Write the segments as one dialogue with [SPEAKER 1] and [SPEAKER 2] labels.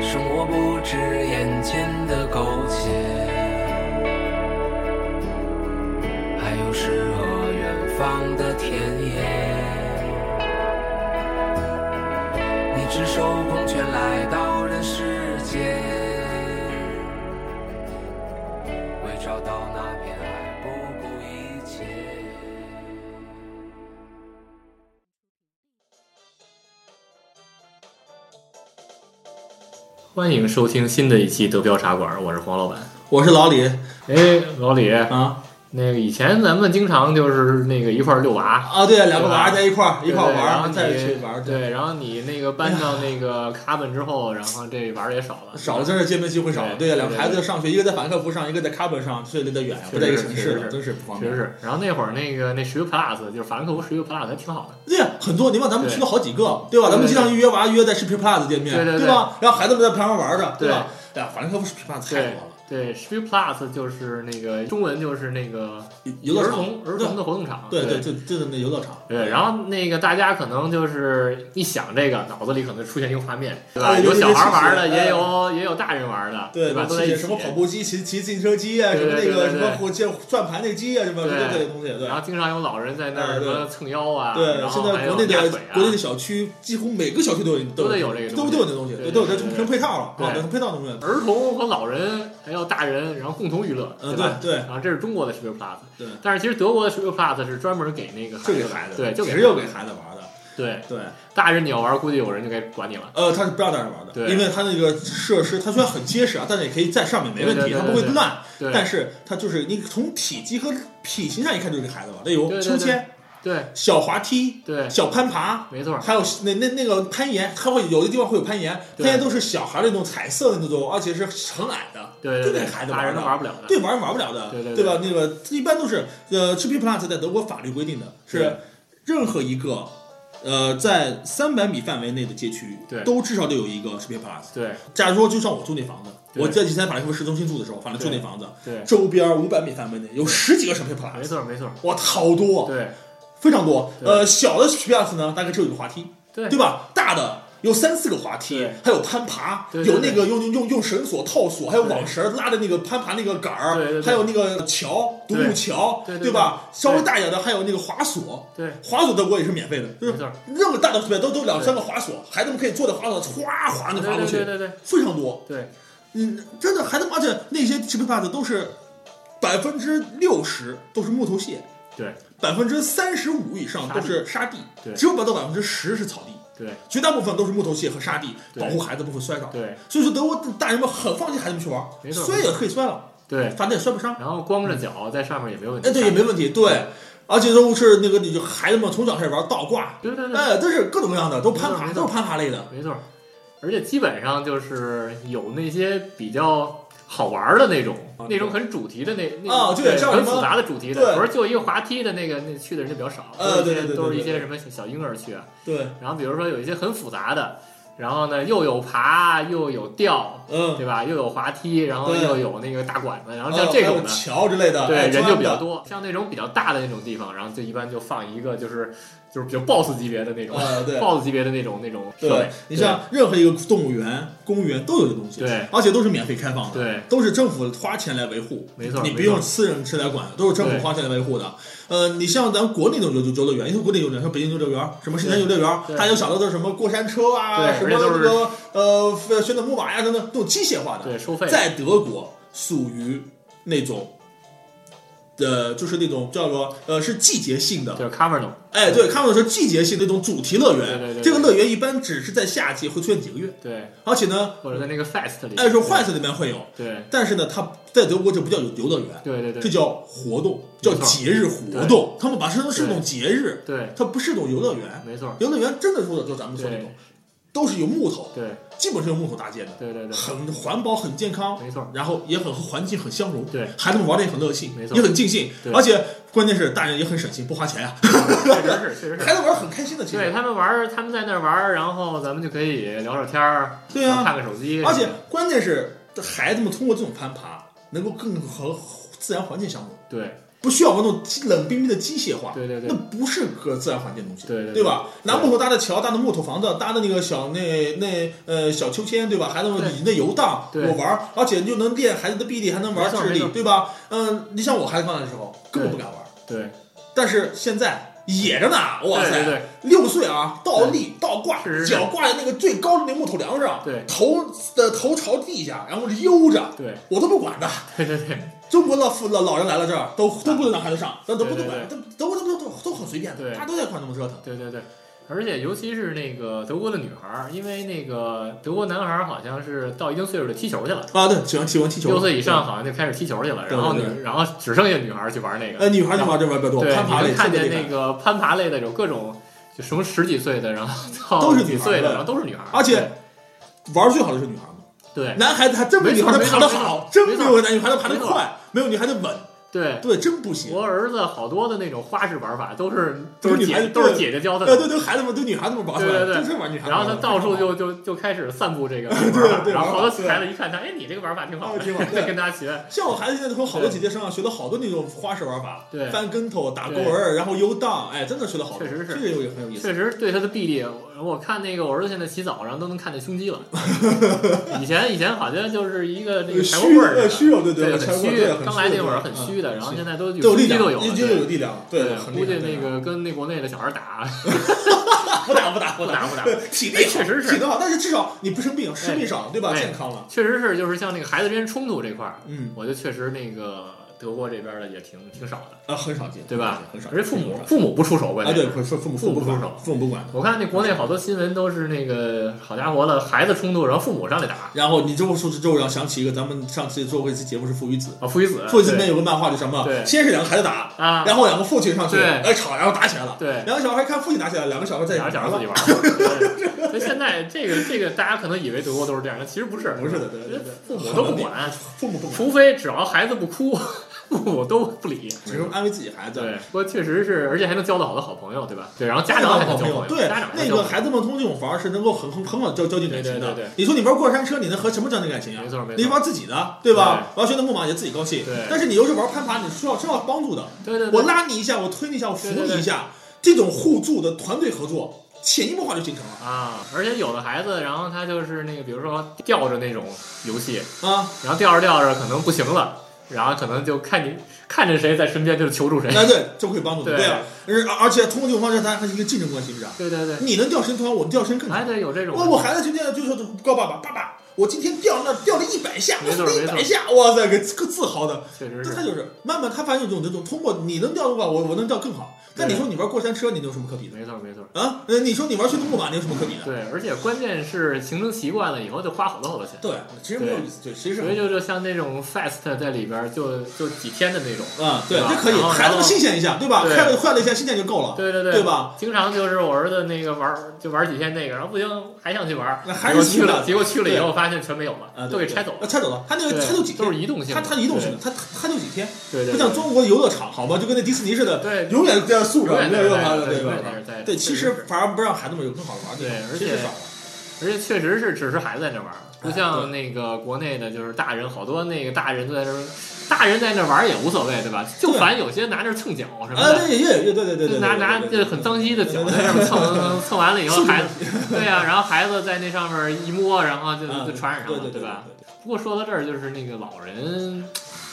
[SPEAKER 1] 生活不止眼前的苟且，还有诗和远方的田野。你赤手空拳来到人世间，为找到那片海不顾一切。
[SPEAKER 2] 欢迎收听新的一期德标茶馆，我是黄老板。
[SPEAKER 3] 我是老李
[SPEAKER 2] 哎，老李，
[SPEAKER 3] 啊
[SPEAKER 2] 那个以前咱们经常就是那个一块儿遛娃，
[SPEAKER 3] 啊，对，两个
[SPEAKER 2] 对吧
[SPEAKER 3] 娃在一块儿一块儿
[SPEAKER 2] 对然后
[SPEAKER 3] 玩，
[SPEAKER 2] 你
[SPEAKER 3] 再去玩，，
[SPEAKER 2] 对，然后你那个搬到那个卡本之后，然后这玩儿也少了，
[SPEAKER 3] 少了真是见面机会少了。
[SPEAKER 2] 对
[SPEAKER 3] 对，啊两个
[SPEAKER 2] 对
[SPEAKER 3] 孩子上学，一个在法克福上，一个在喀本上，距离得远，啊
[SPEAKER 2] 确实
[SPEAKER 3] 不在一个城市
[SPEAKER 2] 是
[SPEAKER 3] 了，真是不方
[SPEAKER 2] 确实
[SPEAKER 3] 便。
[SPEAKER 2] 是。然后那会儿那个那十个 plus 就是法兰克福十个 plus 还挺好的，
[SPEAKER 3] 对，啊很多，你看咱们
[SPEAKER 2] 对
[SPEAKER 3] 去了好几个，对吧？咱们
[SPEAKER 2] 对对
[SPEAKER 3] 经常约娃约在视频 Plus 见面，
[SPEAKER 2] 对对对
[SPEAKER 3] 吧？然后孩子们在旁边玩着，
[SPEAKER 2] 对
[SPEAKER 3] 吧？哎呀，反正视频 Plus 太多了，
[SPEAKER 2] 对，十 plus 就是那个中文就是那个
[SPEAKER 3] 游乐
[SPEAKER 2] 儿
[SPEAKER 3] 场，
[SPEAKER 2] 童儿童的活动场，
[SPEAKER 3] 对
[SPEAKER 2] 对
[SPEAKER 3] 对，就就那游乐场。
[SPEAKER 2] 对，然后那个大家可能就是一想这个，脑子里可能出现一个画面，对吧？
[SPEAKER 3] 哎
[SPEAKER 2] 有
[SPEAKER 3] 有
[SPEAKER 2] 小孩玩的，
[SPEAKER 3] 有有
[SPEAKER 2] 也有也有大人玩的，
[SPEAKER 3] 对
[SPEAKER 2] 吧？都在一
[SPEAKER 3] 骑
[SPEAKER 2] 起。
[SPEAKER 3] 什么跑步机、骑骑自行车机啊，
[SPEAKER 2] 对
[SPEAKER 3] 什么
[SPEAKER 2] 对
[SPEAKER 3] 那个
[SPEAKER 2] 对对
[SPEAKER 3] 什
[SPEAKER 2] 对
[SPEAKER 3] 么火箭转盘那机啊，什么
[SPEAKER 2] 对
[SPEAKER 3] 什么这类东西，对
[SPEAKER 2] 然。后经常有老人在那
[SPEAKER 3] 哎
[SPEAKER 2] 儿什
[SPEAKER 3] 对
[SPEAKER 2] 么蹭腰啊，
[SPEAKER 3] 对
[SPEAKER 2] 然，
[SPEAKER 3] 现
[SPEAKER 2] 后还
[SPEAKER 3] 在
[SPEAKER 2] 有
[SPEAKER 3] 国内
[SPEAKER 2] 压
[SPEAKER 3] 的
[SPEAKER 2] 腿啊，
[SPEAKER 3] 国内的小区，几乎每个小区都有
[SPEAKER 2] 都
[SPEAKER 3] 有
[SPEAKER 2] 得有这个东
[SPEAKER 3] 都
[SPEAKER 2] 西
[SPEAKER 3] 都有这东西，
[SPEAKER 2] 对
[SPEAKER 3] 都有
[SPEAKER 2] 对
[SPEAKER 3] 这
[SPEAKER 2] 对
[SPEAKER 3] 成配套了
[SPEAKER 2] 对
[SPEAKER 3] 啊，成配套东西。
[SPEAKER 2] 儿童和老人还有大人，然后共同娱乐，
[SPEAKER 3] 嗯，
[SPEAKER 2] 吧？
[SPEAKER 3] 对对
[SPEAKER 2] 然后这是中国的 Super Plus，
[SPEAKER 3] 对，
[SPEAKER 2] 但是其实德国的 Super Plus 是专门给那个
[SPEAKER 3] 就
[SPEAKER 2] 孩
[SPEAKER 3] 给
[SPEAKER 2] 子
[SPEAKER 3] 孩子，
[SPEAKER 2] 对，就
[SPEAKER 3] 只
[SPEAKER 2] 给
[SPEAKER 3] 是又给孩子玩的。
[SPEAKER 2] 对
[SPEAKER 3] 对，
[SPEAKER 2] 大人你要玩，估计有人就该管你了。
[SPEAKER 3] 呃，他是不让大人玩
[SPEAKER 2] 对
[SPEAKER 3] 的，因为他那个设施，它虽然很结实啊，但是也可以在上面没问
[SPEAKER 2] 对
[SPEAKER 3] 题，
[SPEAKER 2] 对对
[SPEAKER 3] 它不会
[SPEAKER 2] 对
[SPEAKER 3] 乱。
[SPEAKER 2] 对
[SPEAKER 3] 但是它就是你从体积和体型上一看就是给孩子玩的，
[SPEAKER 2] 对
[SPEAKER 3] 有
[SPEAKER 2] 对
[SPEAKER 3] 秋千、
[SPEAKER 2] 对
[SPEAKER 3] 小滑梯、
[SPEAKER 2] 对，
[SPEAKER 3] 小攀爬，
[SPEAKER 2] 没错，
[SPEAKER 3] 还有那那那个攀岩，它会有的地方会有攀岩，
[SPEAKER 2] 对
[SPEAKER 3] 攀岩都是小孩儿的那种彩色的那种，而且是很矮的，
[SPEAKER 2] 对
[SPEAKER 3] 就
[SPEAKER 2] 对
[SPEAKER 3] 给，孩子
[SPEAKER 2] 大
[SPEAKER 3] 玩
[SPEAKER 2] 人都
[SPEAKER 3] 的。
[SPEAKER 2] 玩不了的。
[SPEAKER 3] 对，玩儿玩不了的，
[SPEAKER 2] 对对对
[SPEAKER 3] 吧？那个一般都是，呃，GP Plus 在德国法律规定的
[SPEAKER 2] 对
[SPEAKER 3] 是，任何一个，呃，在三百米范围内的街区，
[SPEAKER 2] 对
[SPEAKER 3] 都至少得有一个 GP Plus。
[SPEAKER 2] 对
[SPEAKER 3] 假如说，就像我住那房子，
[SPEAKER 2] 对
[SPEAKER 3] 我在以前法兰克福市中心住的时候，反正住那房子，
[SPEAKER 2] 对，
[SPEAKER 3] 周边五百米范围内有十几个 GP
[SPEAKER 2] 没
[SPEAKER 3] Plus，
[SPEAKER 2] 错没错，
[SPEAKER 3] 哇，好多，啊
[SPEAKER 2] 对
[SPEAKER 3] 非常多。
[SPEAKER 2] 对
[SPEAKER 3] 呃，小的 GP Plus 呢，大概只有一个滑梯，
[SPEAKER 2] 对
[SPEAKER 3] 对吧？大的有三四个滑梯
[SPEAKER 2] 对，
[SPEAKER 3] 还有攀爬，
[SPEAKER 2] 对对
[SPEAKER 3] 有那个用用用用绳索套索，还有网绳拉着那个攀爬那个杆
[SPEAKER 2] 对对对
[SPEAKER 3] 儿，还有那个桥独
[SPEAKER 2] 对
[SPEAKER 3] 木桥，
[SPEAKER 2] 对对对
[SPEAKER 3] 吧？稍微
[SPEAKER 2] 对
[SPEAKER 3] 大一点的还有那个滑索，
[SPEAKER 2] 对，
[SPEAKER 3] 滑索德国也是免费的，就
[SPEAKER 2] 没
[SPEAKER 3] 是
[SPEAKER 2] 错，
[SPEAKER 3] 任何大的都都两三个滑索，孩子们可以坐在滑索歘滑
[SPEAKER 2] 对
[SPEAKER 3] 就滑过
[SPEAKER 2] 对对
[SPEAKER 3] 去，
[SPEAKER 2] 对对
[SPEAKER 3] 非常多。
[SPEAKER 2] 对，
[SPEAKER 3] 嗯，真的孩子们，而且那些 g p a 的都是百分之六十都是木头屑，
[SPEAKER 2] 对，
[SPEAKER 3] 百分之三十五以上都是沙地
[SPEAKER 2] 对，
[SPEAKER 3] 只有不到百分之十是草地。
[SPEAKER 2] 对
[SPEAKER 3] 绝大部分都是木头屑和沙地，
[SPEAKER 2] 对
[SPEAKER 3] 保护孩子不会摔倒。
[SPEAKER 2] 对
[SPEAKER 3] 所以说德国大人们很放心孩子们去玩
[SPEAKER 2] 没，错
[SPEAKER 3] 摔也可以摔了，
[SPEAKER 2] 对，
[SPEAKER 3] 反正也摔不伤。
[SPEAKER 2] 然后光着脚在上面也没问题。
[SPEAKER 3] 哎，对，也没问题。对，而且都是那个你就孩子们从小开始玩倒挂，
[SPEAKER 2] 对对对，
[SPEAKER 3] 哎，都是各种各样的，都攀
[SPEAKER 2] 嗯没
[SPEAKER 3] 爬，
[SPEAKER 2] 错
[SPEAKER 3] 都是攀爬类的。
[SPEAKER 2] 没错，而且基本上就是有那些比较好玩的那种，
[SPEAKER 3] 啊
[SPEAKER 2] 那种很主题的那那
[SPEAKER 3] 啊
[SPEAKER 2] 种
[SPEAKER 3] 对像
[SPEAKER 2] 很
[SPEAKER 3] 什么
[SPEAKER 2] 复杂的主题的，
[SPEAKER 3] 对
[SPEAKER 2] 不是就一个滑梯的那个那去的人就比较少，
[SPEAKER 3] 呃
[SPEAKER 2] 都是一
[SPEAKER 3] 对
[SPEAKER 2] 些
[SPEAKER 3] 对对
[SPEAKER 2] 都是一
[SPEAKER 3] 对
[SPEAKER 2] 些什么小婴儿去啊。
[SPEAKER 3] 对，
[SPEAKER 2] 然后比如说有一些很复杂的，然后呢又有爬又有吊，
[SPEAKER 3] 嗯，
[SPEAKER 2] 对吧？又有滑梯，然后
[SPEAKER 3] 对
[SPEAKER 2] 又有那个大管子，然后
[SPEAKER 3] 啊
[SPEAKER 2] 像这
[SPEAKER 3] 还
[SPEAKER 2] 种
[SPEAKER 3] 有
[SPEAKER 2] 的。
[SPEAKER 3] 桥之类的，
[SPEAKER 2] 对，
[SPEAKER 3] 哎
[SPEAKER 2] 人就比较。
[SPEAKER 3] 砖的
[SPEAKER 2] 多，像那种比较大的那种地方，然后就一般就放一个就是就是比较 BOSS 级别的那种、
[SPEAKER 3] 啊对
[SPEAKER 2] BOSS 级别的那种那种设备
[SPEAKER 3] 对，，你像任何一个动物园、公园都有这东西，
[SPEAKER 2] 对，
[SPEAKER 3] 而且都是免费开放的，
[SPEAKER 2] 对
[SPEAKER 3] 都是政府花钱来维护，
[SPEAKER 2] 没错
[SPEAKER 3] 你不
[SPEAKER 2] 没错
[SPEAKER 3] 用私人是来管的，都是政
[SPEAKER 2] 对
[SPEAKER 3] 府花钱来维护的。呃，你像咱国内那种游游乐园，因为国内游乐园，像北京游乐园、什么深圳游乐园
[SPEAKER 2] 对，
[SPEAKER 3] 大家想到的什么过山车啊，
[SPEAKER 2] 对
[SPEAKER 3] 什么
[SPEAKER 2] 而且都
[SPEAKER 3] 那
[SPEAKER 2] 是
[SPEAKER 3] 个呃旋转木马呀等等，这种机械化的，
[SPEAKER 2] 对收费
[SPEAKER 3] 在德国属于那种。呃，就是那种叫做呃是季节性的，
[SPEAKER 2] 就是 Caverno，
[SPEAKER 3] 哎，对，看到的是季节性那种主题乐园，
[SPEAKER 2] 对对对对
[SPEAKER 3] 这个乐园一般只是在夏季会出现几个月，
[SPEAKER 2] 对，
[SPEAKER 3] 而且呢，
[SPEAKER 2] 或者在那个 Fest 里，
[SPEAKER 3] 按说 Fest 里面会有，
[SPEAKER 2] 对，
[SPEAKER 3] 但是呢，它在德国这不叫游游乐园，
[SPEAKER 2] 对对对
[SPEAKER 3] 这
[SPEAKER 2] 对
[SPEAKER 3] 叫活动，
[SPEAKER 2] 没错
[SPEAKER 3] 叫节日活动，他们把它当成是一种节日，
[SPEAKER 2] 对，
[SPEAKER 3] 它不是一种游乐园。
[SPEAKER 2] 没错，
[SPEAKER 3] 游乐园真的说的就咱们说的那种，都是用木头，
[SPEAKER 2] 对
[SPEAKER 3] 基本是用木头搭建的，
[SPEAKER 2] 对对对，
[SPEAKER 3] 很环保、很健康，
[SPEAKER 2] 没错
[SPEAKER 3] 然后也很和环境很相融，
[SPEAKER 2] 对，
[SPEAKER 3] 孩子们玩的也很乐兴，
[SPEAKER 2] 没错
[SPEAKER 3] 也很尽兴，
[SPEAKER 2] 对
[SPEAKER 3] 而且关键是大人也很省心，不花钱啊，
[SPEAKER 2] 确实是确实是。
[SPEAKER 3] 孩子玩很开心的，其
[SPEAKER 2] 对
[SPEAKER 3] 实，
[SPEAKER 2] 他们玩儿，他们在那儿玩儿，然后咱们就可以聊聊天儿，
[SPEAKER 3] 对
[SPEAKER 2] 然后
[SPEAKER 3] 啊，
[SPEAKER 2] 看看手机，
[SPEAKER 3] 而且关键是孩子们通过这种攀爬，能够更和自然环境相融，
[SPEAKER 2] 对
[SPEAKER 3] 不需要玩那种冷冰冰的机械化，
[SPEAKER 2] 对对对
[SPEAKER 3] 那不是个自然环境的东西，
[SPEAKER 2] 对对
[SPEAKER 3] 对吧？拿木头搭的桥，搭的木头房子，搭的那个小那那呃小秋千，对吧？孩子们
[SPEAKER 2] 对
[SPEAKER 3] 你那游荡，
[SPEAKER 2] 对
[SPEAKER 3] 我玩儿，而且你就能练孩子的臂力，还能玩
[SPEAKER 2] 没错
[SPEAKER 3] 智
[SPEAKER 2] 没
[SPEAKER 3] 力
[SPEAKER 2] 错，
[SPEAKER 3] 对吧？嗯，你像我孩子刚来的时候根本不
[SPEAKER 2] 对
[SPEAKER 3] 敢玩儿，
[SPEAKER 2] 对
[SPEAKER 3] 但是现在野着呢，哇
[SPEAKER 2] 对对
[SPEAKER 3] 塞！
[SPEAKER 2] 对
[SPEAKER 3] 六岁啊，倒立倒挂
[SPEAKER 2] 是是，是
[SPEAKER 3] 脚挂在那个最高的那木头梁上，
[SPEAKER 2] 对
[SPEAKER 3] 头的头朝地下，然后悠着，
[SPEAKER 2] 对
[SPEAKER 3] 我都不管的。
[SPEAKER 2] 对对对
[SPEAKER 3] 中国老父老老人来了这儿，都都不能让孩子上，都都不
[SPEAKER 2] 对
[SPEAKER 3] 能
[SPEAKER 2] 对
[SPEAKER 3] 管，都都都都都都很随便的，
[SPEAKER 2] 对
[SPEAKER 3] 大家都在管这么折腾。
[SPEAKER 2] 对对对，而且尤其是那个德国的女孩儿，因为那个德国男孩儿好像是到一定岁数就踢球去了，
[SPEAKER 3] 啊，对，喜欢喜欢踢球，
[SPEAKER 2] 六岁以上好像就开始踢球去了，
[SPEAKER 3] 对
[SPEAKER 2] 然后
[SPEAKER 3] 对
[SPEAKER 2] 女然后只剩下女孩儿去玩那个，
[SPEAKER 3] 呃，女孩就玩这玩意儿比较多，
[SPEAKER 2] 对，
[SPEAKER 3] 攀爬
[SPEAKER 2] 你
[SPEAKER 3] 类
[SPEAKER 2] 能看
[SPEAKER 3] 特别
[SPEAKER 2] 见
[SPEAKER 3] 厉害
[SPEAKER 2] 那个攀爬类的有各种，就从十几岁的，然后到
[SPEAKER 3] 都是女
[SPEAKER 2] 几
[SPEAKER 3] 孩
[SPEAKER 2] 岁
[SPEAKER 3] 儿
[SPEAKER 2] 的，然后都是女孩儿，
[SPEAKER 3] 而且玩儿最好的是女孩嘛，
[SPEAKER 2] 对
[SPEAKER 3] 男孩子还真没女孩子
[SPEAKER 2] 没错
[SPEAKER 3] 爬得
[SPEAKER 2] 没错
[SPEAKER 3] 好，
[SPEAKER 2] 没错
[SPEAKER 3] 真没有男女孩子爬得
[SPEAKER 2] 没错
[SPEAKER 3] 快，没有女孩子稳，
[SPEAKER 2] 对。
[SPEAKER 3] 对，真不行。
[SPEAKER 2] 我儿子好多的那种花式玩法都是
[SPEAKER 3] 都
[SPEAKER 2] 都
[SPEAKER 3] 是
[SPEAKER 2] 是
[SPEAKER 3] 女孩子
[SPEAKER 2] 姐都是
[SPEAKER 3] 对
[SPEAKER 2] 姐姐教他
[SPEAKER 3] 呃，对
[SPEAKER 2] 的，
[SPEAKER 3] 对，孩子们对女孩子们玩儿出来，
[SPEAKER 2] 对对对
[SPEAKER 3] 真是玩女孩子玩儿出来。
[SPEAKER 2] 然后他到处就就就开始散布这个
[SPEAKER 3] 对
[SPEAKER 2] 玩法，
[SPEAKER 3] 对
[SPEAKER 2] 然后好多
[SPEAKER 3] 玩法对
[SPEAKER 2] 孩子一看他，哎，你这个玩法挺好
[SPEAKER 3] 哦
[SPEAKER 2] 的
[SPEAKER 3] 挺好，对
[SPEAKER 2] 再跟他学，
[SPEAKER 3] 像我孩子现在从好多姐姐身上学了好多那种花式玩法，
[SPEAKER 2] 对
[SPEAKER 3] 翻跟头、打
[SPEAKER 2] 对
[SPEAKER 3] 滚儿，然后游荡，哎，真的学了好多，
[SPEAKER 2] 确实是
[SPEAKER 3] 这个也很有意思。
[SPEAKER 2] 确实对他的臂力，我我看那个我儿子现在洗澡，然后都能看见胸 肌了。以前以前好像就是一个那个柴火
[SPEAKER 3] 虚
[SPEAKER 2] 棍儿似
[SPEAKER 3] 呃
[SPEAKER 2] 的，
[SPEAKER 3] 虚有对
[SPEAKER 2] 对，
[SPEAKER 3] 对，
[SPEAKER 2] 很
[SPEAKER 3] 对
[SPEAKER 2] 虚。刚来那会儿
[SPEAKER 3] 嗯
[SPEAKER 2] 很虚的，然后现在都有
[SPEAKER 3] 力
[SPEAKER 2] 胸肌
[SPEAKER 3] 量，
[SPEAKER 2] 都有
[SPEAKER 3] 已
[SPEAKER 2] 了。
[SPEAKER 3] 经有
[SPEAKER 2] 对
[SPEAKER 3] 力量，很
[SPEAKER 2] 估
[SPEAKER 3] 厉害
[SPEAKER 2] 计
[SPEAKER 3] 对
[SPEAKER 2] 那个跟那国内的小孩打
[SPEAKER 3] 不打不打
[SPEAKER 2] 不打不打，
[SPEAKER 3] 对体力好
[SPEAKER 2] 哎确实是
[SPEAKER 3] 体能好，但是至少你不生病，生病少对吧？
[SPEAKER 2] 哎
[SPEAKER 3] 健康了，
[SPEAKER 2] 确实是就是像那个孩子之间冲突这块儿，
[SPEAKER 3] 嗯
[SPEAKER 2] 我觉得确实那个德国这边的也挺挺少的，
[SPEAKER 3] 啊，很少见，
[SPEAKER 2] 对吧？
[SPEAKER 3] 很少见，
[SPEAKER 2] 而且父母
[SPEAKER 3] 很少
[SPEAKER 2] 父母不出手吧？
[SPEAKER 3] 见啊，对，父父父母
[SPEAKER 2] 父母
[SPEAKER 3] 不管
[SPEAKER 2] 出手，
[SPEAKER 3] 父母不管。
[SPEAKER 2] 我看那国内好多新闻都是那个好家伙了，孩子冲突，然后父母上来打
[SPEAKER 3] 然后你这么说之后，让我想起一个咱们上次做过一期节目是父与子，
[SPEAKER 2] 啊，父与子，
[SPEAKER 3] 父与子里
[SPEAKER 2] 对
[SPEAKER 3] 面有个漫画，就什么，
[SPEAKER 2] 对
[SPEAKER 3] 先是两个孩子打，
[SPEAKER 2] 啊，
[SPEAKER 3] 然后两个父亲上去，
[SPEAKER 2] 对
[SPEAKER 3] 哎吵，然后打起来了。
[SPEAKER 2] 对，
[SPEAKER 3] 两个小孩看父亲打起来，两个小孩在
[SPEAKER 2] 俩小孩自
[SPEAKER 3] 了
[SPEAKER 2] 己。玩儿。所以现在这个这个，大家可能以为德国都是这样，但其实不是，
[SPEAKER 3] 不是的对对对
[SPEAKER 2] 父母都不管，
[SPEAKER 3] 父母不管，
[SPEAKER 2] 除非只要孩子不哭， 父母都不理。
[SPEAKER 3] 只是安慰自己孩子。
[SPEAKER 2] 对，不过确实是，而且还能交到好的好朋友，对吧？对，然后家
[SPEAKER 3] 家
[SPEAKER 2] 长还
[SPEAKER 3] 好
[SPEAKER 2] 能交
[SPEAKER 3] 朋友，
[SPEAKER 2] 朋友，
[SPEAKER 3] 对
[SPEAKER 2] 家长还能
[SPEAKER 3] 那
[SPEAKER 2] 交
[SPEAKER 3] 个
[SPEAKER 2] 朋友
[SPEAKER 3] 孩子们通过这种玩儿是能够很很很好交交进感情的
[SPEAKER 2] 对对对对。
[SPEAKER 3] 你说你玩过山车，你能和什么交进感情啊
[SPEAKER 2] 没？错没
[SPEAKER 3] 你
[SPEAKER 2] 错，
[SPEAKER 3] 玩自己的，对吧？我要学能木马也自己高兴。
[SPEAKER 2] 对
[SPEAKER 3] 但是你又是玩攀爬，你需要需要帮助的。
[SPEAKER 2] 对对
[SPEAKER 3] 我
[SPEAKER 2] 对，
[SPEAKER 3] 拉你一下，我推你一下，我扶
[SPEAKER 2] 对对
[SPEAKER 3] 你
[SPEAKER 2] 对
[SPEAKER 3] 一下，这种互助的团队合作，潜移默化就形成了
[SPEAKER 2] 啊，而且有的孩子，然后他就是那个，比如说吊着那种游戏，
[SPEAKER 3] 啊！
[SPEAKER 2] 然后吊着吊着可能不行了，然后可能就看你看着谁在身边就求助谁。
[SPEAKER 3] 那对，这会帮助你，
[SPEAKER 2] 对
[SPEAKER 3] 对啊。而而且通过这种方式，大家还是一个竞争关系，是不是啊？
[SPEAKER 2] 对对对，
[SPEAKER 3] 你能掉绳团，我们掉绳更
[SPEAKER 2] 哎
[SPEAKER 3] 难。
[SPEAKER 2] 对，有这种。
[SPEAKER 3] 我我孩子今天就说告爸爸，爸爸，我今天掉那儿掉了一百下，
[SPEAKER 2] 没错
[SPEAKER 3] 一百下，哇塞，给个自豪的。
[SPEAKER 2] 确实
[SPEAKER 3] 那
[SPEAKER 2] 是
[SPEAKER 3] 他。就是慢慢他发现有种这种通过你能掉的话，我我能掉更好。那你
[SPEAKER 2] 对
[SPEAKER 3] 说你玩过山车，你有什么可比的
[SPEAKER 2] 没错没错，
[SPEAKER 3] 啊？呃，你说你玩旋风木马，你有什么可比的？
[SPEAKER 2] 对，而且关键是形成习惯了以后，就花好多好多钱。
[SPEAKER 3] 对，其实没有意思，对，其实
[SPEAKER 2] 所以就就像那种 fast 在里边儿就就几天的那种。
[SPEAKER 3] 啊，对，
[SPEAKER 2] 对吧
[SPEAKER 3] 这可以，
[SPEAKER 2] 然后
[SPEAKER 3] 孩子
[SPEAKER 2] 然
[SPEAKER 3] 们
[SPEAKER 2] 后
[SPEAKER 3] 新鲜一下，对吧？
[SPEAKER 2] 对
[SPEAKER 3] 快乐快乐一下，新鲜就够了。
[SPEAKER 2] 对对对
[SPEAKER 3] 对吧？
[SPEAKER 2] 经常就是我儿子那个玩儿就玩儿几天那个，然后不行还想去玩儿，
[SPEAKER 3] 那还是
[SPEAKER 2] 结果
[SPEAKER 3] 去
[SPEAKER 2] 去
[SPEAKER 3] 不了
[SPEAKER 2] 了，结果去了以
[SPEAKER 3] 对
[SPEAKER 2] 后发现全没有了，
[SPEAKER 3] 啊，
[SPEAKER 2] 都
[SPEAKER 3] 对
[SPEAKER 2] 给拆走
[SPEAKER 3] 啊
[SPEAKER 2] 了。
[SPEAKER 3] 拆走了。他那个
[SPEAKER 2] 对
[SPEAKER 3] 他就几
[SPEAKER 2] 都
[SPEAKER 3] 天
[SPEAKER 2] 是，移动性
[SPEAKER 3] 他
[SPEAKER 2] 的，
[SPEAKER 3] 他移动性的，他他他就几天，
[SPEAKER 2] 对，对
[SPEAKER 3] 不
[SPEAKER 2] 对
[SPEAKER 3] 像中国游乐场，好吧，就跟那迪士尼似的，
[SPEAKER 2] 对对
[SPEAKER 3] 永远在素
[SPEAKER 2] 永
[SPEAKER 3] 着，
[SPEAKER 2] 远
[SPEAKER 3] 没有
[SPEAKER 2] 在
[SPEAKER 3] 用法
[SPEAKER 2] 那儿
[SPEAKER 3] 对
[SPEAKER 2] 对永远
[SPEAKER 3] 吧
[SPEAKER 2] 在那儿在
[SPEAKER 3] 对，
[SPEAKER 2] 确
[SPEAKER 3] 其
[SPEAKER 2] 实
[SPEAKER 3] 实
[SPEAKER 2] 是
[SPEAKER 3] 反而不让孩子们有更好玩的地方，
[SPEAKER 2] 对而
[SPEAKER 3] 其实
[SPEAKER 2] 且
[SPEAKER 3] 少了。
[SPEAKER 2] 而且确实是只是孩子在那玩儿，不
[SPEAKER 3] 哎对
[SPEAKER 2] 像那个国内的，就是大人好多那个大人都在那儿，大人在那玩儿也无所谓，对吧？就烦有些拿着蹭脚什么
[SPEAKER 3] 啊，
[SPEAKER 2] 的，
[SPEAKER 3] 对，也有，对对对对对，
[SPEAKER 2] 就拿
[SPEAKER 3] 对
[SPEAKER 2] 拿
[SPEAKER 3] 对
[SPEAKER 2] 这
[SPEAKER 3] 对
[SPEAKER 2] 很脏兮的脚在上面蹭蹭 蹭完了以后，孩子 对呀、然后孩子在那上面一摸，然后就
[SPEAKER 3] 啊
[SPEAKER 2] 就传染上
[SPEAKER 3] 对
[SPEAKER 2] 了，
[SPEAKER 3] 对对
[SPEAKER 2] 吧？
[SPEAKER 3] 对对
[SPEAKER 2] 不过说到这儿，就是那个老人，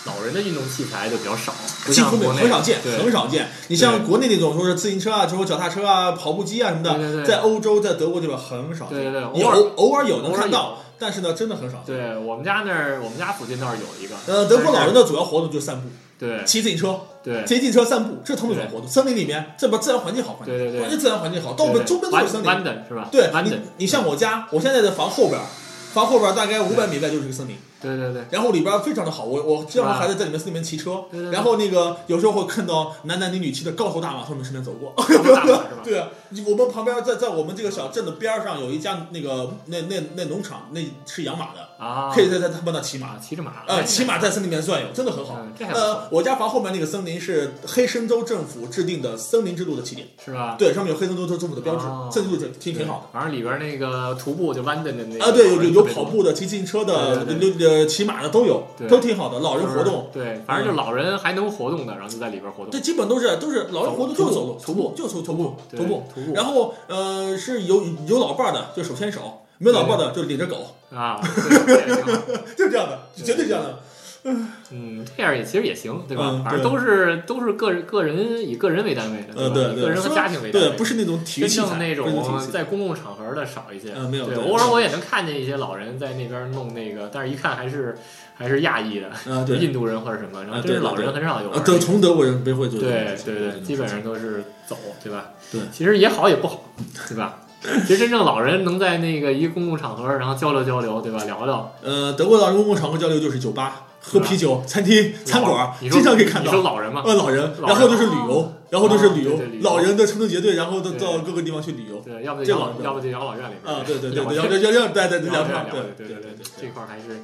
[SPEAKER 2] 老人的运动器材就比较少，不
[SPEAKER 3] 几
[SPEAKER 2] 像
[SPEAKER 3] 乎没有，
[SPEAKER 2] 国内
[SPEAKER 3] 很少见，
[SPEAKER 2] 对
[SPEAKER 3] 很少见。你像国内那种说是自行车啊，之后脚踏车啊、跑步机啊什么的，
[SPEAKER 2] 对对对
[SPEAKER 3] 在欧洲、在德国这边很少见，
[SPEAKER 2] 对对对
[SPEAKER 3] 有
[SPEAKER 2] 偶尔
[SPEAKER 3] 偶尔有能
[SPEAKER 2] 偶尔
[SPEAKER 3] 看
[SPEAKER 2] 有
[SPEAKER 3] 到，但是呢，真的很少见。
[SPEAKER 2] 对我们家那儿，我们家附近倒是有一个，
[SPEAKER 3] 呃，德国老人
[SPEAKER 2] 的
[SPEAKER 3] 的主要活动就是散步，
[SPEAKER 2] 对
[SPEAKER 3] 骑自行车，
[SPEAKER 2] 对
[SPEAKER 3] 骑自行车散步，这是他们的
[SPEAKER 2] 对
[SPEAKER 3] 主要活动。森林里面，这边自然环境好，环境
[SPEAKER 2] 对对对
[SPEAKER 3] 关键自然环境好，到我们周边都有森
[SPEAKER 2] 弯弯
[SPEAKER 3] 林。
[SPEAKER 2] 的是吧？
[SPEAKER 3] 对
[SPEAKER 2] 弯的
[SPEAKER 3] 你，你像我家，我现在的房后边儿，房后边儿大概五百米外就是个森林，
[SPEAKER 2] 对对对，
[SPEAKER 3] 然后里边非常的好，我我经常
[SPEAKER 2] 是吧
[SPEAKER 3] 孩子在里面森林里面骑车
[SPEAKER 2] 对对，对
[SPEAKER 3] 然后那个有时候会看到男男女女骑着高头大马从我们身边走过。
[SPEAKER 2] 大马大马是吧？
[SPEAKER 3] 对啊，我们旁边在在我们这个小镇的边儿上有一家那个那那那农场，那是养马的，
[SPEAKER 2] 啊，
[SPEAKER 3] 可以在在他们那骑马
[SPEAKER 2] 啊，。骑着马，
[SPEAKER 3] 呃，骑马在森林里面转悠，真的很好
[SPEAKER 2] 嗯。这还不错
[SPEAKER 3] 呃，我家房后面那个森林是黑森州政府制定的森林制度的起点，
[SPEAKER 2] 是吧？
[SPEAKER 3] 对，上面有黑森州政府的标志
[SPEAKER 2] 哦，
[SPEAKER 3] 森林制度挺挺好的。
[SPEAKER 2] 的。反正里边那个徒步就弯的那那
[SPEAKER 3] 啊，对，有有有跑，步的、骑自行车的、
[SPEAKER 2] 对
[SPEAKER 3] 有有呃骑马的都有
[SPEAKER 2] 对，
[SPEAKER 3] 都挺好的。老
[SPEAKER 2] 老
[SPEAKER 3] 人活动，嗯
[SPEAKER 2] 对，反正就老人还能活动的，然后就在里边活动
[SPEAKER 3] 这，基本都是都是老人活动就是走路、
[SPEAKER 2] 徒步
[SPEAKER 3] 就是徒步、
[SPEAKER 2] 对
[SPEAKER 3] 徒步。
[SPEAKER 2] 徒步
[SPEAKER 3] 然后呃是有有老伴儿的就手牵手，没有老伴儿的就领着狗，
[SPEAKER 2] 啊，对这也挺好
[SPEAKER 3] 就是这样的，
[SPEAKER 2] 对
[SPEAKER 3] 绝对这样的。
[SPEAKER 2] 嗯，这样也其实也行，对吧？
[SPEAKER 3] 嗯
[SPEAKER 2] 反正
[SPEAKER 3] 对
[SPEAKER 2] 都是都是个人个人以个人为单位的，
[SPEAKER 3] 嗯，
[SPEAKER 2] 吧？
[SPEAKER 3] 对
[SPEAKER 2] 以个人和
[SPEAKER 3] 对，
[SPEAKER 2] 家庭为单位，
[SPEAKER 3] 对，不
[SPEAKER 2] 是
[SPEAKER 3] 是那种体育
[SPEAKER 2] 真
[SPEAKER 3] 器材，
[SPEAKER 2] 正
[SPEAKER 3] 不是
[SPEAKER 2] 那
[SPEAKER 3] 体育
[SPEAKER 2] 种
[SPEAKER 3] 器材
[SPEAKER 2] 在公共场合的少一些。
[SPEAKER 3] 嗯没有
[SPEAKER 2] 对，
[SPEAKER 3] 对
[SPEAKER 2] 偶尔我也能看见一些老人在那边弄那个，但是一看还是还是亚裔的，
[SPEAKER 3] 啊，
[SPEAKER 2] 就
[SPEAKER 3] 对，
[SPEAKER 2] 印度人或者什么，然后
[SPEAKER 3] 啊
[SPEAKER 2] 真是
[SPEAKER 3] 对
[SPEAKER 2] 老
[SPEAKER 3] 对
[SPEAKER 2] 人很少有
[SPEAKER 3] 啊
[SPEAKER 2] 玩。
[SPEAKER 3] 德从德国人不会做这种
[SPEAKER 2] 对
[SPEAKER 3] 事情，
[SPEAKER 2] 对
[SPEAKER 3] 不会做
[SPEAKER 2] 对，
[SPEAKER 3] 这种
[SPEAKER 2] 基本
[SPEAKER 3] 事
[SPEAKER 2] 上
[SPEAKER 3] 情
[SPEAKER 2] 都是走，对吧？
[SPEAKER 3] 对
[SPEAKER 2] 其实也好也不好，对吧？其实真正老人能在那个一个公共场合，然后交流交流，对吧？聊聊，
[SPEAKER 3] 呃，德国的公共场合交流就是酒吧、喝啤酒、餐厅、餐馆
[SPEAKER 2] 老，你说
[SPEAKER 3] 经常可以看
[SPEAKER 2] 你说
[SPEAKER 3] 到。
[SPEAKER 2] 老人嘛，
[SPEAKER 3] 呃，老人，
[SPEAKER 2] 老人
[SPEAKER 3] 然后就是旅游，然后就是旅游
[SPEAKER 2] 哦对对旅，游
[SPEAKER 3] 老人的成群结队，然后到
[SPEAKER 2] 对
[SPEAKER 3] 到各个地方去旅游。
[SPEAKER 2] 对，要
[SPEAKER 3] 这
[SPEAKER 2] 不就养
[SPEAKER 3] 老
[SPEAKER 2] 老，
[SPEAKER 3] 人
[SPEAKER 2] 要不就养老院里边
[SPEAKER 3] 啊，对对对
[SPEAKER 2] 要不
[SPEAKER 3] 对，要要要，对对对，
[SPEAKER 2] 聊
[SPEAKER 3] 聊上，
[SPEAKER 2] 对
[SPEAKER 3] 对
[SPEAKER 2] 对
[SPEAKER 3] 对
[SPEAKER 2] 对，这
[SPEAKER 3] 对。
[SPEAKER 2] 块儿还是，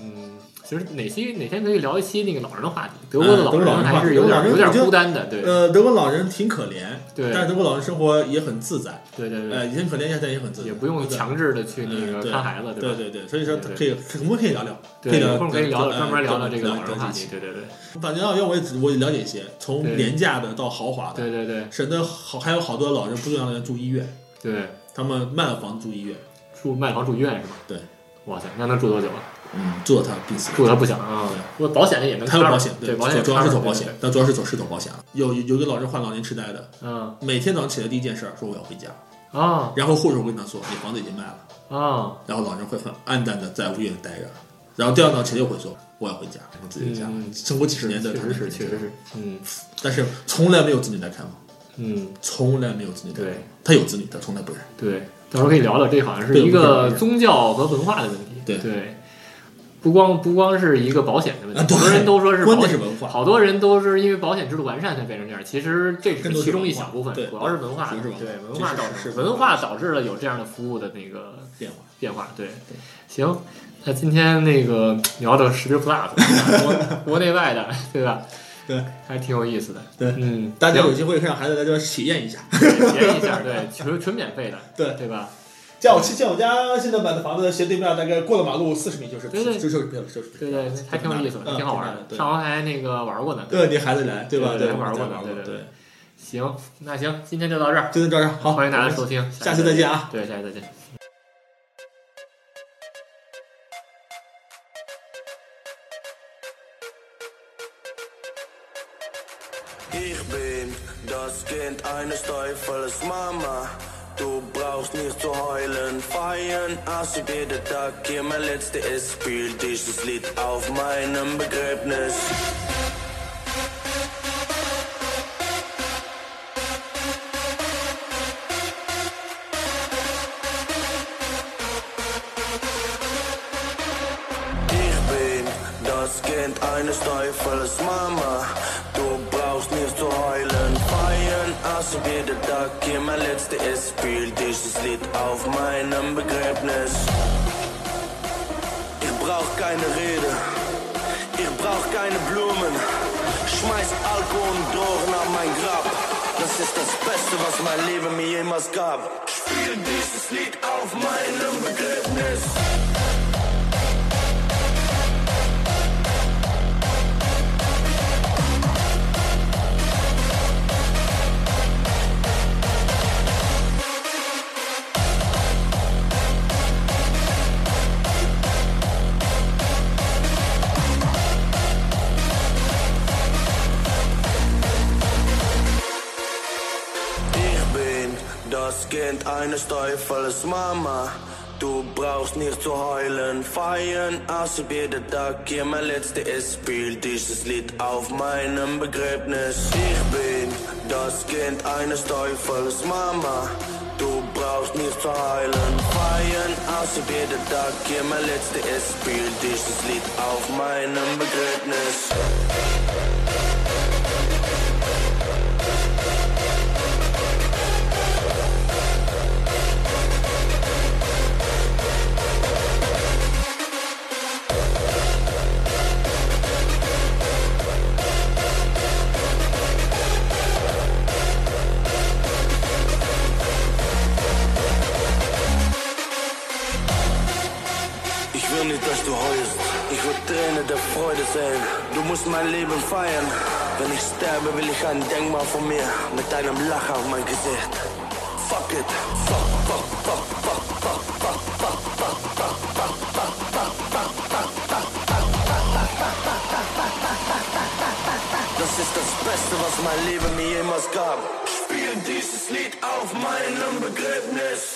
[SPEAKER 2] 嗯，其实哪期哪天可以聊一期那个老人的话题，德国的老人还是有点有点孤单的，对
[SPEAKER 3] 呃，德国老人挺可怜，
[SPEAKER 2] 对
[SPEAKER 3] 但是德国老人生活也很自在，
[SPEAKER 2] 对对对，
[SPEAKER 3] 呃，也很可怜，现在也很自在，
[SPEAKER 2] 也不用
[SPEAKER 3] 对
[SPEAKER 2] 强制的去那个看孩子，
[SPEAKER 3] 对
[SPEAKER 2] 吧？
[SPEAKER 3] 对对，所以说
[SPEAKER 2] 对对
[SPEAKER 3] 可以，我们可以聊聊，
[SPEAKER 2] 对，有
[SPEAKER 3] 聊，
[SPEAKER 2] 空可以聊
[SPEAKER 3] 对哎
[SPEAKER 2] 聊，专门聊聊这个
[SPEAKER 3] 对
[SPEAKER 2] 老人话题，
[SPEAKER 3] 对
[SPEAKER 2] 对对对
[SPEAKER 3] 对反正要要我也只我也了解一些，从
[SPEAKER 2] 对
[SPEAKER 3] 廉价的到豪华的，
[SPEAKER 2] 对对对
[SPEAKER 3] 省得好还有好多老人不重要的人住医院，
[SPEAKER 2] 对，
[SPEAKER 3] 他们卖了房住医院，
[SPEAKER 2] 住卖房住医院是吧？
[SPEAKER 3] 对，
[SPEAKER 2] 哇塞，那能住多久啊？
[SPEAKER 3] 嗯，住到他病死了。
[SPEAKER 2] 住他不想啊，我保险也能，
[SPEAKER 3] 还有保险，
[SPEAKER 2] 对，保
[SPEAKER 3] 主
[SPEAKER 2] 险
[SPEAKER 3] 主要是走保险，，但主要是走是走保险啊。有有有个老人患老年痴呆的，
[SPEAKER 2] 嗯
[SPEAKER 3] 每天早上起来第一件事儿说我要回家，
[SPEAKER 2] 啊
[SPEAKER 3] 然后护士会跟他说你房子已经卖了，
[SPEAKER 2] 啊，
[SPEAKER 3] 然后老人会很暗淡的在屋院待着，然后第二天早上起来又会说我要回家，我自己的家，
[SPEAKER 2] 嗯
[SPEAKER 3] 生活几十
[SPEAKER 2] 确
[SPEAKER 3] 年的，
[SPEAKER 2] 实是确实是，嗯
[SPEAKER 3] 但是从来没有子女来看望，
[SPEAKER 2] 嗯。
[SPEAKER 3] 从来没有子女来看望
[SPEAKER 2] 对，
[SPEAKER 3] 他有子女，他从来不认。
[SPEAKER 2] 对，到时候可以聊聊，这好像是
[SPEAKER 3] 对
[SPEAKER 2] 一
[SPEAKER 3] 我们可以
[SPEAKER 2] 个
[SPEAKER 3] 聊
[SPEAKER 2] 宗教和文化的问题。
[SPEAKER 3] 对
[SPEAKER 2] 不光不光是一个保险的问题，
[SPEAKER 3] 啊对
[SPEAKER 2] 好多人都说是
[SPEAKER 3] 关
[SPEAKER 2] 保
[SPEAKER 3] 键是
[SPEAKER 2] 险，
[SPEAKER 3] 文化，
[SPEAKER 2] 好多人都是因为保险制度完善才变成这样。其实这只
[SPEAKER 3] 更
[SPEAKER 2] 是
[SPEAKER 3] 多是
[SPEAKER 2] 其中一
[SPEAKER 3] 文化
[SPEAKER 2] 小部分，
[SPEAKER 3] 对
[SPEAKER 2] 主要是文化，
[SPEAKER 3] 主要是文化
[SPEAKER 2] 对文
[SPEAKER 3] 这
[SPEAKER 2] 化
[SPEAKER 3] 是
[SPEAKER 2] 导
[SPEAKER 3] 是
[SPEAKER 2] 致
[SPEAKER 3] 是
[SPEAKER 2] 文化导致了有这样的服务的那个
[SPEAKER 3] 变化。
[SPEAKER 2] 变化。对，行，那今天那个聊的十之 plus，国 国内外的，对吧？
[SPEAKER 3] 对，
[SPEAKER 2] 还挺有意思的。
[SPEAKER 3] 对
[SPEAKER 2] 嗯，
[SPEAKER 3] 大家
[SPEAKER 2] 行
[SPEAKER 3] 有机会可以让孩子来这边体验一 下。
[SPEAKER 2] 体验一下，对，纯纯免费的，
[SPEAKER 3] 对
[SPEAKER 2] 对吧？
[SPEAKER 3] 像我亲像我家现在买的房子斜对面，大概过了马路四十米就是
[SPEAKER 2] 对
[SPEAKER 3] 就
[SPEAKER 2] 对
[SPEAKER 3] 是就是就是
[SPEAKER 2] 对对，还挺有意思的，
[SPEAKER 3] 嗯
[SPEAKER 2] 挺好玩的。
[SPEAKER 3] 对
[SPEAKER 2] 上回还那个玩过呢。
[SPEAKER 3] 对，你孩子来对吧？
[SPEAKER 2] 对对
[SPEAKER 3] 我们
[SPEAKER 2] 玩过
[SPEAKER 3] 家
[SPEAKER 2] 的
[SPEAKER 3] 玩过，
[SPEAKER 2] 对对
[SPEAKER 3] 对
[SPEAKER 2] 对。行，那行，今天就到这儿，
[SPEAKER 3] 就到这儿，好，
[SPEAKER 2] 欢迎大家收听，
[SPEAKER 3] 下次再。见啊。
[SPEAKER 2] 对，下次再见。
[SPEAKER 4] Ich bin das Kind eines Teufels Mama. Du brauchst nicht zu heulen, feiern, also jeden Tag hier mein letzter ist. Spiel dieses Lied auf meinem Begräbnis. Ich bin das Kind eines Teufels Mama. Du brauchst nicht zu heulen, feiern, also jeden Tag hier mein letzter ist. Spiel dieses Lied auf meinem Begräbnis. Ich brauch keine Rede, ich brauch keine Blumen. Schmeiß Alkohol und Drogen an mein Grab. Das ist das Beste, was mein Leben mir jemals gab. Spiel dieses Lied auf meinem Begräbnis. Ich bin das Kind eines Teufels Mama. Du brauchst nicht zu heulen, feiern, also jeden Tag hier mein letzter ist. Spiel dieses Lied auf meinem Begräbnis. Ich bin das Kind eines Teufels Mama. Du brauchst braucht nicht zu heulen. Feiern aus wie jeder Tag, hier mein letzter ist. Spiel dich das Lied auf meinem Begräbnis. Ich will nicht, dass du heulst. Ich will Tränen der Freude sehen. Du musst mein Leben feiern. Wenn ich sterbe, will ich ein Denkmal von mir mit einem Lachen auf mein Gesicht. Fuck it. Fuck, fuck, fuck, fuck, fuck, fuck, fuck, fuck, fuck, fuck, fuck, fuck, fuck, fuck, fuck, fuck, fuck. Das ist das Beste, was mein Leben mir jemals gab. Spiel dieses Lied auf meinem Begräbnis.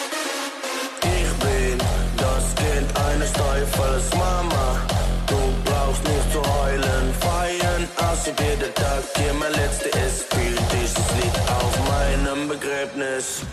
[SPEAKER 4] Ich bin das Kind eines Teufels, Mama. Du brauchst nicht zu heulen, feiern aus jeder Tag. Hier mein letzter ist, spiel dieses Lied auf meinem Begräbnis.